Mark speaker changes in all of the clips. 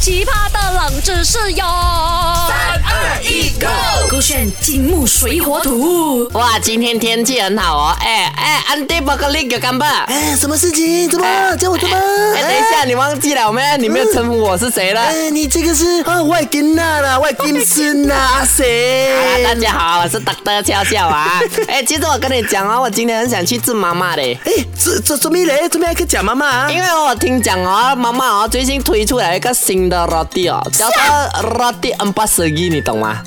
Speaker 1: 奇葩的冷知识哟！三
Speaker 2: 二一，Go！
Speaker 1: 勾选金木水火土。
Speaker 3: 哇，今天天气很好哦。哎哎，Andy b r o c o l i 给干吧。
Speaker 2: 哎，什么事情？怎么叫我怎么？
Speaker 3: 哎，等一下，你啊忘记了没？你没有称呼我是谁了？
Speaker 2: 哎，你这个是啊，外金娜啦，外金森啦，阿谁？
Speaker 3: 啊大家好，我是 Doctor 笑笑 啊。哎，其实我跟你讲哦，我今天很想去治妈妈的。
Speaker 2: 哎，这这怎么嘞？怎么还可以讲妈妈啊？
Speaker 3: 因为我听讲哦，妈妈哦最近推出来一个新的 roti 哦，叫做 roti empat segi，你懂吗？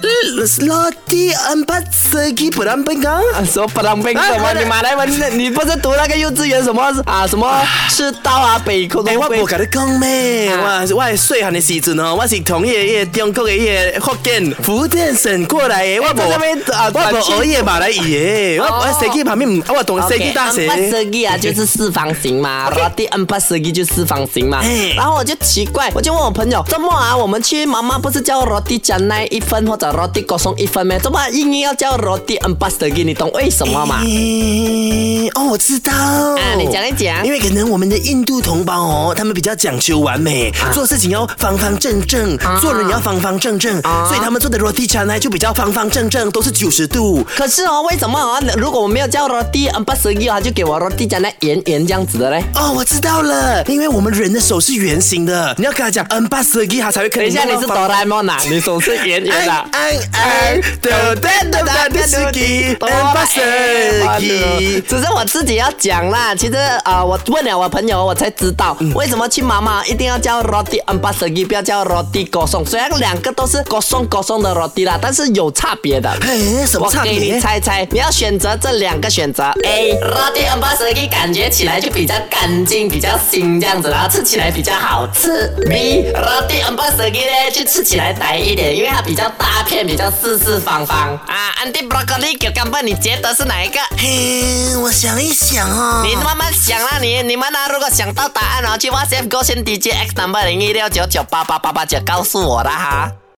Speaker 2: Loti empat segi berambenggang
Speaker 3: 啊什么不当兵
Speaker 2: 哎
Speaker 3: 什么
Speaker 2: 我？的
Speaker 3: 你马来文的，你不是读那个幼稚园什么啊什么赤道啊北口
Speaker 2: 哎，
Speaker 3: 东
Speaker 2: 我
Speaker 3: 北
Speaker 2: 无甲你讲咩，
Speaker 3: 啊
Speaker 2: 我我细汉的时阵哦，我是从迄个中国的迄个福建福建省过来的，我
Speaker 3: 在那边啊
Speaker 2: 无我
Speaker 3: 转
Speaker 2: 无
Speaker 3: 去
Speaker 2: 学业马来语的，我
Speaker 3: 哦
Speaker 2: 我设计旁边唔，啊我懂设计
Speaker 3: OK，
Speaker 2: 大学。
Speaker 3: n 设计啊，就是四方形嘛。然后第 n 八设计就是四方形嘛
Speaker 2: 哎。
Speaker 3: 然后我就奇怪，我就问我朋友，怎么啊？我们去妈妈不是叫 roti j a n a 一份或者 roti kosong 一份咩？怎么硬硬要叫 roti n 八设计？你懂为什么吗？
Speaker 2: 诶哦，我知道。啊
Speaker 3: 你讲一讲
Speaker 2: 因为可能我们的印度同胞哦，他们比较讲求完美，做事情要方方正正，做人也要方方正正，所以他们做的 roti c h a n a 就比较方方正正，都是九十度。
Speaker 3: 可是哦，为什么哦？如果我没有叫 roti n 八设计，他就给我 roti j a n a 圆圆这样子的嘞？
Speaker 2: 哦，我知道了，因为我们人的手是圆形的，你要跟他讲 n b a s g i 他才会
Speaker 3: 等
Speaker 2: 跟
Speaker 3: 一
Speaker 2: 你
Speaker 3: 下，
Speaker 2: 弄
Speaker 3: 你
Speaker 2: 到
Speaker 3: 是
Speaker 2: 方
Speaker 3: 哆啦 A 梦啊？你总是圆圆啊
Speaker 2: 安。
Speaker 3: 的
Speaker 2: 安
Speaker 3: 哎
Speaker 2: 安，的的的的的是给 n b a s g i
Speaker 3: 只是我自己要讲啦。其实呃，我问了我朋友，我才知道为什么去妈妈一定要叫 roti a m b a s a g i 不要叫 roti gosong。虽然两个都是 gosong gosong 的 roti 啦，但是有差别的。
Speaker 2: 哎，什么
Speaker 3: 我
Speaker 2: 差
Speaker 3: 给你
Speaker 2: 别？
Speaker 3: 猜猜，你要选择这两个选择。A roti a m b a s a g i 感觉起来就比较干净、比较新这样子，然后吃起来比较好吃。B roti a m b a s a g i 呢，就吃起来白一点，因为它比较大片，比较四四方方。啊，Andy broccoli 给干笨，你觉得是哪一个？
Speaker 2: 啊嘿，我想一想哦，
Speaker 3: 你慢慢想啦，你你们呢、如果想到答案哦，去 WhatsApp 勾线 DJX number 零一六九九八八八八九告诉我啦哈。